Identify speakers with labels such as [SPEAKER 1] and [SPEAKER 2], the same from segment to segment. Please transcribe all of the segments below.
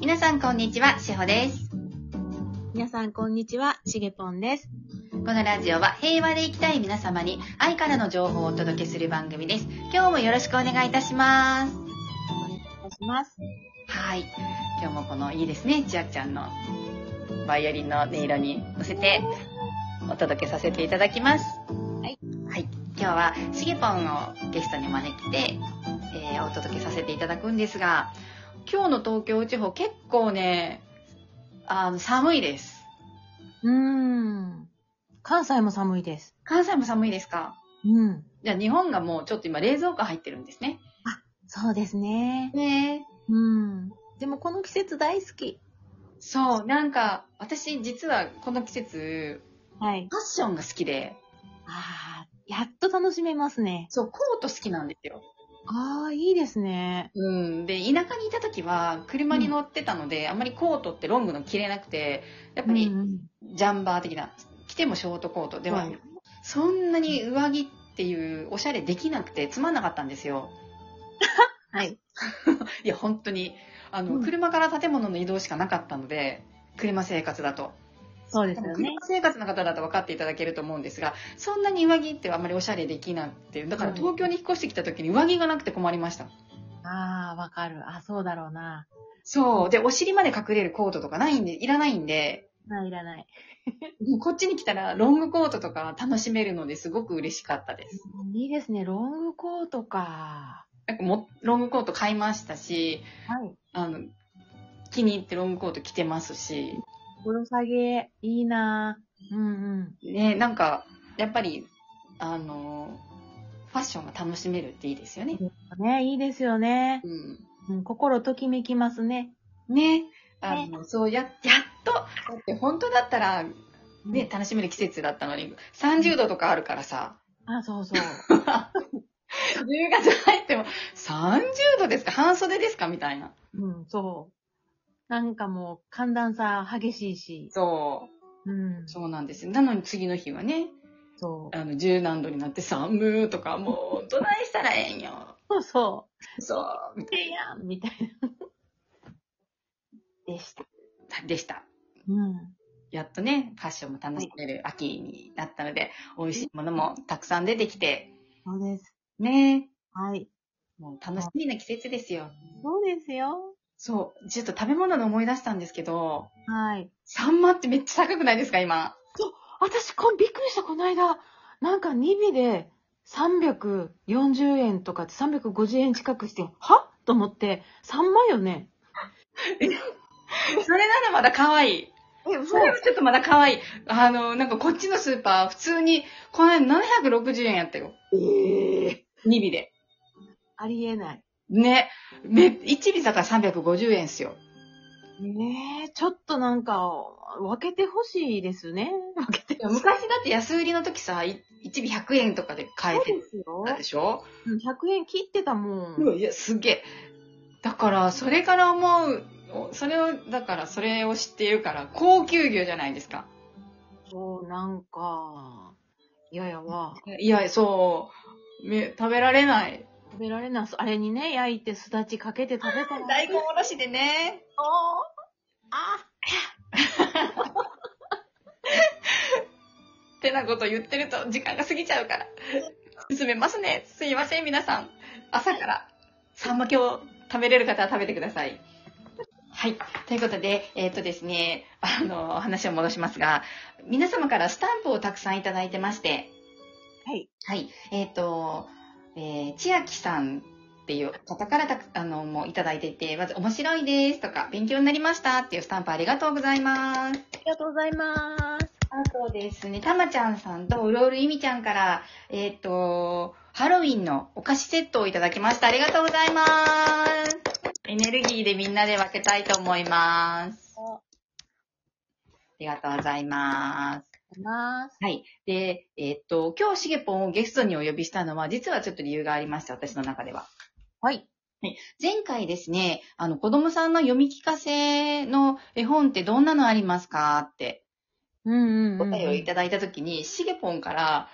[SPEAKER 1] 皆さんこんにちは、しほです。
[SPEAKER 2] 皆さん、こんにちは。しげぽんです。
[SPEAKER 1] このラジオは平和で生きたい皆様に愛からの情報をお届けする番組です。今日もよろしくお願いいたします。
[SPEAKER 2] お願いいたします。
[SPEAKER 1] はい。今日もこのいいですね、ちあちゃんのバイオリンの音色に乗せてお届けさせていただきます。
[SPEAKER 2] はい。
[SPEAKER 1] はい。今日はしげぽんをゲストに招きて、えーお届けさせていただくんですが、今日の東京地方結構ね、あの、寒いです。
[SPEAKER 2] うーん。関西も寒いです。
[SPEAKER 1] 関西も寒いですか
[SPEAKER 2] うん。
[SPEAKER 1] じゃあ日本がもうちょっと今冷蔵庫入ってるんですね。
[SPEAKER 2] そうですね。
[SPEAKER 1] ね
[SPEAKER 2] うん。でも、この季節大好き。
[SPEAKER 1] そう、なんか私実はこの季節、
[SPEAKER 2] はい。
[SPEAKER 1] ファッションが好きで、
[SPEAKER 2] ああ、やっと楽しめますね。
[SPEAKER 1] そう、コート好きなんですよ。
[SPEAKER 2] ああ、いいですね。
[SPEAKER 1] うん。で、田舎にいた時は車に乗ってたので、あんまりコートってロングの着れなくて、やっぱり
[SPEAKER 2] うん
[SPEAKER 1] ジャンバー的な、着てもショートコートでは、
[SPEAKER 2] はい
[SPEAKER 1] そんなに上着っていうおしゃれできなくてつまんなかったんですよ。
[SPEAKER 2] はい。
[SPEAKER 1] いや、本当に。あの、
[SPEAKER 2] うん
[SPEAKER 1] 車から建物の移動しかなかったので、車生活だと。
[SPEAKER 2] そうですよね
[SPEAKER 1] 車。生活の方だと分かっていただけると思うんですがそんなに上着ってあんまりおしゃれできなくてだから東京に引っ越してきた時に上着がなくて困りました
[SPEAKER 2] ああ、わかる。あ、そうだろうな。
[SPEAKER 1] そうでお尻まで隠れるコートとかないんでいらないんで
[SPEAKER 2] ないらない。
[SPEAKER 1] もうこっちに来たらロングコートとか楽しめるのですごく嬉しかったです
[SPEAKER 2] いいですね。ロングコートか。
[SPEAKER 1] なんかもロングコート買いましたし
[SPEAKER 2] はい。
[SPEAKER 1] あの気に入ってロングコート着てますし
[SPEAKER 2] この下げ、いいな。うんうん。
[SPEAKER 1] ねなんかやっぱりあのファッションが楽しめるっていいですよね、
[SPEAKER 2] ね、いいですよね。
[SPEAKER 1] うん
[SPEAKER 2] うん、心ときめきますね。
[SPEAKER 1] ね。あの、そう、や、やっ と、だって本当だったら、ね、楽しめる季節だったのに、30度とかあるからさ、
[SPEAKER 2] あ、そうそう。
[SPEAKER 1] 10月入っても、30度ですか半袖ですかみたいな。
[SPEAKER 2] うん、そう。なんかもう、寒暖差激しいし。
[SPEAKER 1] そ
[SPEAKER 2] う
[SPEAKER 1] う。、
[SPEAKER 2] ん
[SPEAKER 1] そうなんですよ。なのに次の日はね、
[SPEAKER 2] そう。
[SPEAKER 1] あの、10何度になって寒ーとか、もう、どないしたらええんよ。
[SPEAKER 2] そうそ
[SPEAKER 1] そう、み
[SPEAKER 2] う。ええやんみたいな。でした。
[SPEAKER 1] たいでした。
[SPEAKER 2] うん。
[SPEAKER 1] やっとね、ファッションも楽しめる秋になったので、美味しいものもたくさん出てきて、
[SPEAKER 2] そうです。
[SPEAKER 1] ね、
[SPEAKER 2] はい。
[SPEAKER 1] もう楽しみな季節ですよ。
[SPEAKER 2] そうですよ。
[SPEAKER 1] そう。ちょっと食べ物で思い出したんですけど、
[SPEAKER 2] はい。
[SPEAKER 1] サンマってめっちゃ高くないですか、今。
[SPEAKER 2] 私、こんびっくりした、この間。なんか、2尾で、340円とかって350円近くして、はと思って、3万よね。
[SPEAKER 1] それならまだ可愛い。
[SPEAKER 2] え、
[SPEAKER 1] それはちょっとまだ可愛い。あの、なんかこっちのスーパー、普通に、この間760円やったよ。
[SPEAKER 2] ええ
[SPEAKER 1] 2尾で。
[SPEAKER 2] ありえない。
[SPEAKER 1] ね。め、1尾だから350円っすよ。
[SPEAKER 2] ねえ、ちょっとなんか、分けてほしいですね。 分けて
[SPEAKER 1] いや昔だって安売りの時さ、い1尾100円とかで買えて
[SPEAKER 2] すよ
[SPEAKER 1] たでしょ
[SPEAKER 2] うん100円切ってたもん。
[SPEAKER 1] うわいや、すげえ。だから、それから思う、おそれを、だから、それを知っているから、高級魚じゃないですか。
[SPEAKER 2] そう、なんか、いややわ。
[SPEAKER 1] いや、そう。め食べられない。
[SPEAKER 2] 食べられない。あれにね、焼いてすだちかけて食べたら。
[SPEAKER 1] 大根おろしでね。
[SPEAKER 2] ああ
[SPEAKER 1] ってなこと言ってると時間が過ぎちゃうから。進めますね。すいません、皆さん。朝から、サンマ今日食べれる方は食べてください。はい。ということで、えーっとですね、あの、お話を戻しますが、皆様からスタンプをたくさんいただいてまして、
[SPEAKER 2] はい。
[SPEAKER 1] はい。えっ、と、えー、千秋さんっていう方からたく、あの、もういただいていて、まず面白いですとか、勉強になりましたっていうスタンプありがとうございます。
[SPEAKER 2] ありがとうございます。
[SPEAKER 1] あとですね、たまちゃんさんとうろうるいみちゃんから、えっ、と、ハロウィンのお菓子セットをいただきました。ありがとうございます。エネルギーでみんなで分けたいと思います。ありがとうございます。
[SPEAKER 2] ます。
[SPEAKER 1] はい。で、えーっと、今日、しげぽんをゲストにお呼びしたのは、実はちょっと理由がありました、私の中では。
[SPEAKER 2] はい。
[SPEAKER 1] 前回ですね、あの、子供さんの読み聞かせの絵本ってどんなのありますかって、
[SPEAKER 2] うんうん、
[SPEAKER 1] お
[SPEAKER 2] うん。
[SPEAKER 1] 便りをいただいたときに、しげぽんから、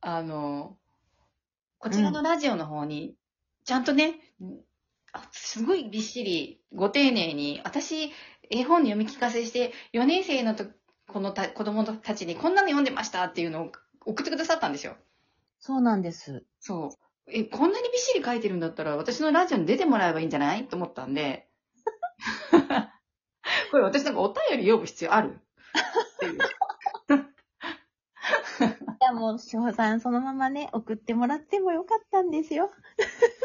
[SPEAKER 1] あの、こちらのラジオの方に、ちゃんとね、すごいびっしり、ご丁寧に、私、絵本の読み聞かせして、4年生のとこのた子供たちにこんなの読んでましたっていうのを送ってくださったんですよ。
[SPEAKER 2] そうなんです。
[SPEAKER 1] そう。え、こんなにびっしり書いてるんだったら、私のラジオに出てもらえばいいんじゃないと思ったんで、 これ私なんかお便り読む必要あるっていう。
[SPEAKER 2] いや、もう、しほさん、そのままね、送ってもらってもよかったんですよ。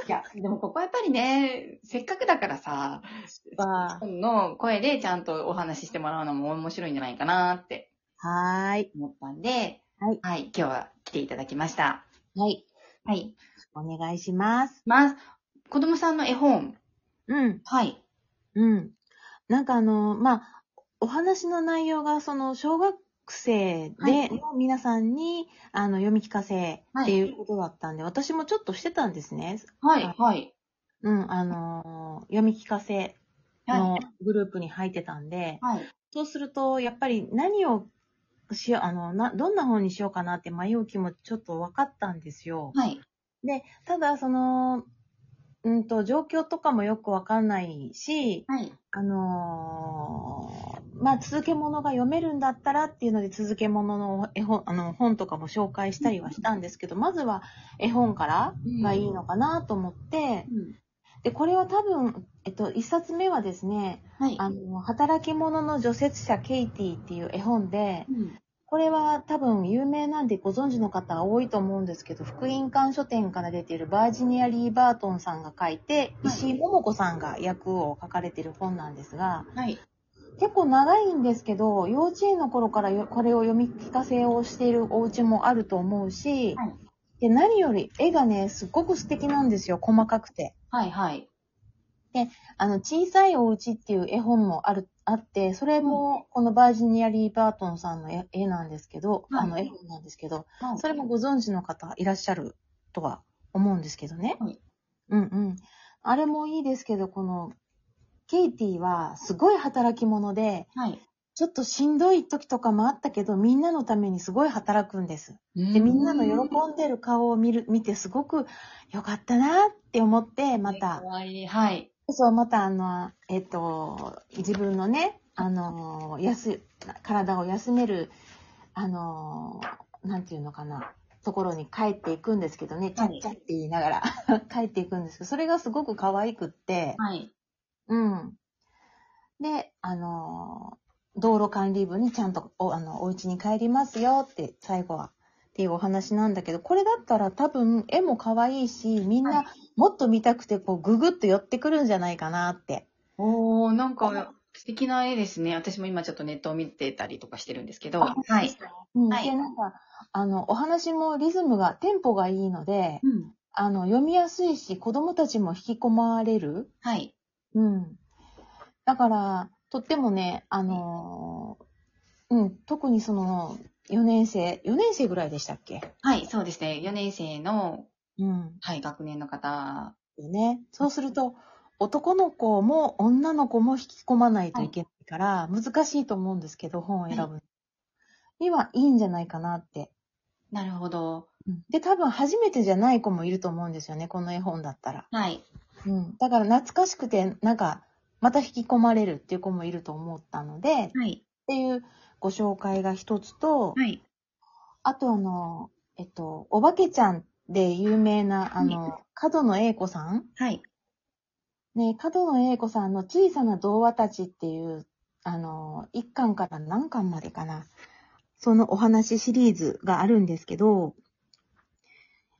[SPEAKER 1] いや、でもここはやっぱりね、せっかくだからさ、
[SPEAKER 2] は
[SPEAKER 1] 本の声でちゃんとお話ししてもらうのも面白いんじゃないかなって
[SPEAKER 2] ーい。
[SPEAKER 1] 思ったんで、
[SPEAKER 2] はい
[SPEAKER 1] 今日は来ていただきました。
[SPEAKER 2] はい。
[SPEAKER 1] はい。
[SPEAKER 2] お願いします。
[SPEAKER 1] まあ、子供さんの絵本。
[SPEAKER 2] うん。
[SPEAKER 1] はい。
[SPEAKER 2] うん。なんかあの、まあ、お話の内容が、その、小学生で、
[SPEAKER 1] はい
[SPEAKER 2] の皆さんに、あの、読み聞かせっていうことだったんで、私もちょっとしてたんですね。
[SPEAKER 1] はい、はい。
[SPEAKER 2] うん、あのー読み聞かせの
[SPEAKER 1] は
[SPEAKER 2] グループに入ってたんで、
[SPEAKER 1] い。はい。
[SPEAKER 2] そうすると、やっぱり何をしよう、あの、な、どんな本にしようかなって迷う気もちょっと分かったんですよ。
[SPEAKER 1] はい。
[SPEAKER 2] ただ、その、うんと、状況とかもよく分かんないし、
[SPEAKER 1] はい。
[SPEAKER 2] あのーまあ、続け物が読めるんだったらっていうので、続け物の絵本、あの、本とかも紹介したりはしたんですけど、まずは絵本からがいいのかなと思って、
[SPEAKER 1] うん。
[SPEAKER 2] で、これは多分、えっと、一冊目はですね、
[SPEAKER 1] はい。
[SPEAKER 2] あの、働き者の除雪者ケイティっていう絵本で、
[SPEAKER 1] うん
[SPEAKER 2] これは多分有名なんでご存知の方が多いと思うんですけど、福音館書店から出ているバージニア・リー・バートンさんが書いて、
[SPEAKER 1] はい
[SPEAKER 2] 石井桃子さんが役を書かれている本なんですが、
[SPEAKER 1] はい。
[SPEAKER 2] 結構長いんですけど、幼稚園の頃からよこれを読み聞かせをしているお家もあると思うし、
[SPEAKER 1] はい
[SPEAKER 2] で何より絵がね、すっごく素敵なんですよ、細かくて。
[SPEAKER 1] はい。はい。
[SPEAKER 2] あの、小さいお家っていう絵本もある、あって、それも、このバージニア・リー・バートンさんの絵絵なんですけど、
[SPEAKER 1] はい
[SPEAKER 2] あの、絵本なんですけど、
[SPEAKER 1] はい
[SPEAKER 2] それもご存知の方いらっしゃるとは思うんですけどね。
[SPEAKER 1] はい
[SPEAKER 2] うんうん。あれもいいですけど、この、ケイティはすごい働き者で、
[SPEAKER 1] はい。
[SPEAKER 2] ちょっとしんどい時とかもあったけど、みんなのためにすごい働くんです。
[SPEAKER 1] で
[SPEAKER 2] で、みんなの喜んでる顔を見る、見てすごく良かったなって思って、また、
[SPEAKER 1] かわいい。はい。
[SPEAKER 2] そう、またあの、えっと、自分のね、あの、休、体を休める、あの、なんていうのかな、ところに帰っていくんですけどね、ちゃっちゃって言いながら 帰っていくんですけど、それがすごく可愛くって、
[SPEAKER 1] はい。
[SPEAKER 2] うん。で、あの、道路管理部にちゃんとお、あの、お家に帰りますよって、最後は。っていうお話なんだけど、これだったら多分絵も可愛いし、みん
[SPEAKER 1] は
[SPEAKER 2] なもっと見たくて、こう、ぐぐっと寄ってくるんじゃないかなって。
[SPEAKER 1] おー、なん
[SPEAKER 2] はい
[SPEAKER 1] か素敵な絵ですね。私も今ちょっとネットを見てたりとかしてるんですけど。
[SPEAKER 2] あ
[SPEAKER 1] はい。
[SPEAKER 2] うん、
[SPEAKER 1] はい
[SPEAKER 2] で、なんか、あの、お話もリズムが、テンポがいいので、
[SPEAKER 1] うん。
[SPEAKER 2] あの、読みやすいし、子供たちも引き込まれる。
[SPEAKER 1] はい。
[SPEAKER 2] うん。だから、とってもね、あのーうん、特にその、4年生、4年生ぐらいでしたっけ
[SPEAKER 1] はい、そうですね。4年生の、
[SPEAKER 2] うん。
[SPEAKER 1] はい、学年の方。
[SPEAKER 2] よね。そうすると、男の子も女の子も引き込まないといけないから、難しいと思うんですけど、本を選ぶのにはいいんじゃないかなって。
[SPEAKER 1] なるほど。
[SPEAKER 2] で、多分初めてじゃない子もいると思うんですよね、この絵本だったら。
[SPEAKER 1] はい。
[SPEAKER 2] うん。だから懐かしくて、なんか、また引き込まれるっていう子もいると思ったので、っ
[SPEAKER 1] はい。
[SPEAKER 2] ていうご紹介が一つと、
[SPEAKER 1] はい。
[SPEAKER 2] あとあの、えっと、おばけちゃんで有名な、あの、角野栄子さん
[SPEAKER 1] はい。
[SPEAKER 2] ね、角野栄子さんの小さな童話たちっていう、あの、一巻から何巻までかな。そのお話シリーズがあるんですけど、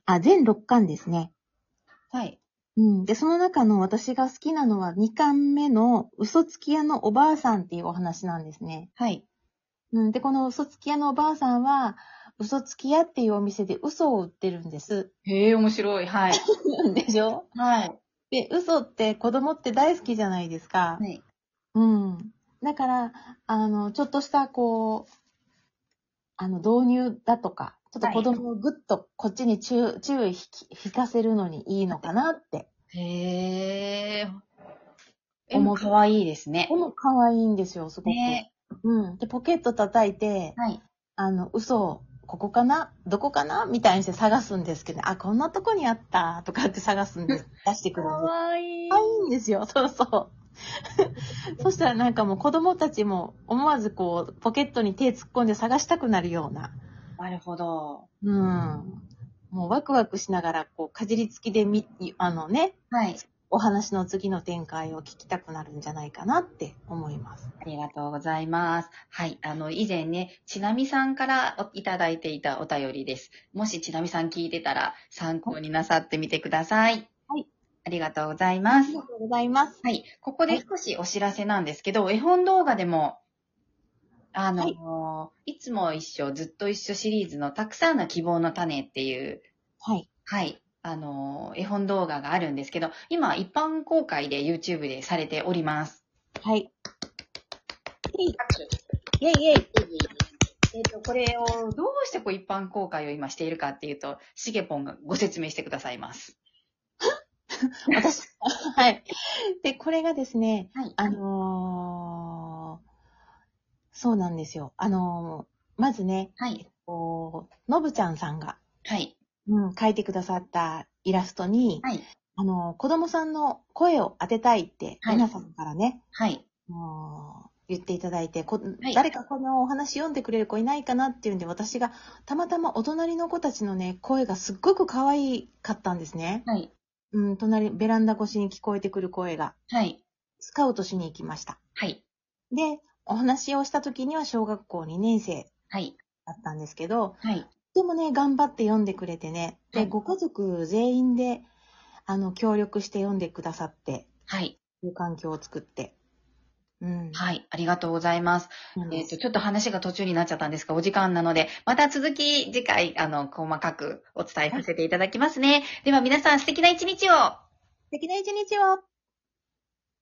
[SPEAKER 2] あ、全6巻ですね。
[SPEAKER 1] はい。
[SPEAKER 2] うん。で、その中の私が好きなのは2巻目の嘘つき屋のおばあさんっていうお話なんですね。
[SPEAKER 1] はい。
[SPEAKER 2] うん。で、この嘘つき屋のおばあさんは、嘘つき屋っていうお店で嘘を売ってるんです。
[SPEAKER 1] へえ、面白い。はい。
[SPEAKER 2] でしょ
[SPEAKER 1] はい。
[SPEAKER 2] で、嘘って子供って大好きじゃないですか。
[SPEAKER 1] はい。
[SPEAKER 2] うん。だから、あの、ちょっとした、こう、あの、導入だとか、ちょっと子供をぐっとこっちに注,、注意引き引かせるのにいいのかなって。
[SPEAKER 1] へえ。絵
[SPEAKER 2] 思
[SPEAKER 1] も
[SPEAKER 2] う
[SPEAKER 1] 可愛いですね
[SPEAKER 2] こ。の可愛いんですよ、すごく。
[SPEAKER 1] ね
[SPEAKER 2] うん。で、ポケット叩いて、
[SPEAKER 1] はい。
[SPEAKER 2] あの、嘘を、ここかなどこかなみたいにして探すんですけど、あ、こんなとこにあったとかって探すん です。出してくるんです。
[SPEAKER 1] わいい
[SPEAKER 2] 可愛いんですよ。そうそう。そ したらなんかもう子供たちも思わずこう、ポケットに手突っ込んで探したくなるような。
[SPEAKER 1] なるほど。
[SPEAKER 2] うん。もうワクワクしながら、こう、かじりつきでみ、あのね、
[SPEAKER 1] はい。
[SPEAKER 2] お話の次の展開を聞きたくなるんじゃないかなって思います。
[SPEAKER 1] ありがとうございます。はい。あの、以前ね、ちなみさんからおいただいていたお便りです。もしちなみさん聞いてたら、参考になさってみてください。
[SPEAKER 2] はい。
[SPEAKER 1] ありがとうございます
[SPEAKER 2] あり。がとうございます。
[SPEAKER 1] はい。ここで少しお知らせなんですけど、絵本動画でも、あのい、つも一緒、ずっと一緒シリーズのたくさんの希望の種っていう、
[SPEAKER 2] はい。
[SPEAKER 1] はい。あの絵本動画があるんですけど、今一般公開で YouTube でされております。
[SPEAKER 2] はい。
[SPEAKER 1] イェイイェイえっ、と、これをどうしてこう一般公開を今しているかっていうと、しげぽんがご説明してください ます。
[SPEAKER 2] 私、はい。で、これがですね、
[SPEAKER 1] はい
[SPEAKER 2] あのーそうなんですよ。あのーまずね、
[SPEAKER 1] はい。
[SPEAKER 2] こう、のぶちゃんさんが、
[SPEAKER 1] はい。
[SPEAKER 2] うん、書いてくださったイラストに、
[SPEAKER 1] はい。
[SPEAKER 2] あのー子供さんの声を当てたいって、
[SPEAKER 1] はい
[SPEAKER 2] 皆さんからね、
[SPEAKER 1] はい。
[SPEAKER 2] もう言っていただいてこ、
[SPEAKER 1] い
[SPEAKER 2] 誰かこのお話読んでくれる子いないかなっていうんで、私がたまたまお隣の子たちのね、声がすっごく可愛かったんですね。
[SPEAKER 1] はい。
[SPEAKER 2] うん、隣、ベランダ越しに聞こえてくる声が。
[SPEAKER 1] はい。
[SPEAKER 2] スカウトしに行きました。
[SPEAKER 1] はい。
[SPEAKER 2] で、お話をした時には小学校2年生
[SPEAKER 1] はい。
[SPEAKER 2] だったんですけど、
[SPEAKER 1] はい。
[SPEAKER 2] でもね、頑張って読んでくれてね、
[SPEAKER 1] は
[SPEAKER 2] で、
[SPEAKER 1] い
[SPEAKER 2] ご家族全員で、あの、協力して読んでくださって、
[SPEAKER 1] はい。
[SPEAKER 2] いう環境を作って。うん。
[SPEAKER 1] はい。ありがとうございます。
[SPEAKER 2] なん
[SPEAKER 1] え
[SPEAKER 2] で
[SPEAKER 1] っ、
[SPEAKER 2] す
[SPEAKER 1] と、ちょっと話が途中になっちゃったんですが、お時間なので、また続き、次回、あの、細かくお伝えさせていただきますね。では皆さん、素敵な一日を
[SPEAKER 2] 素敵な一日を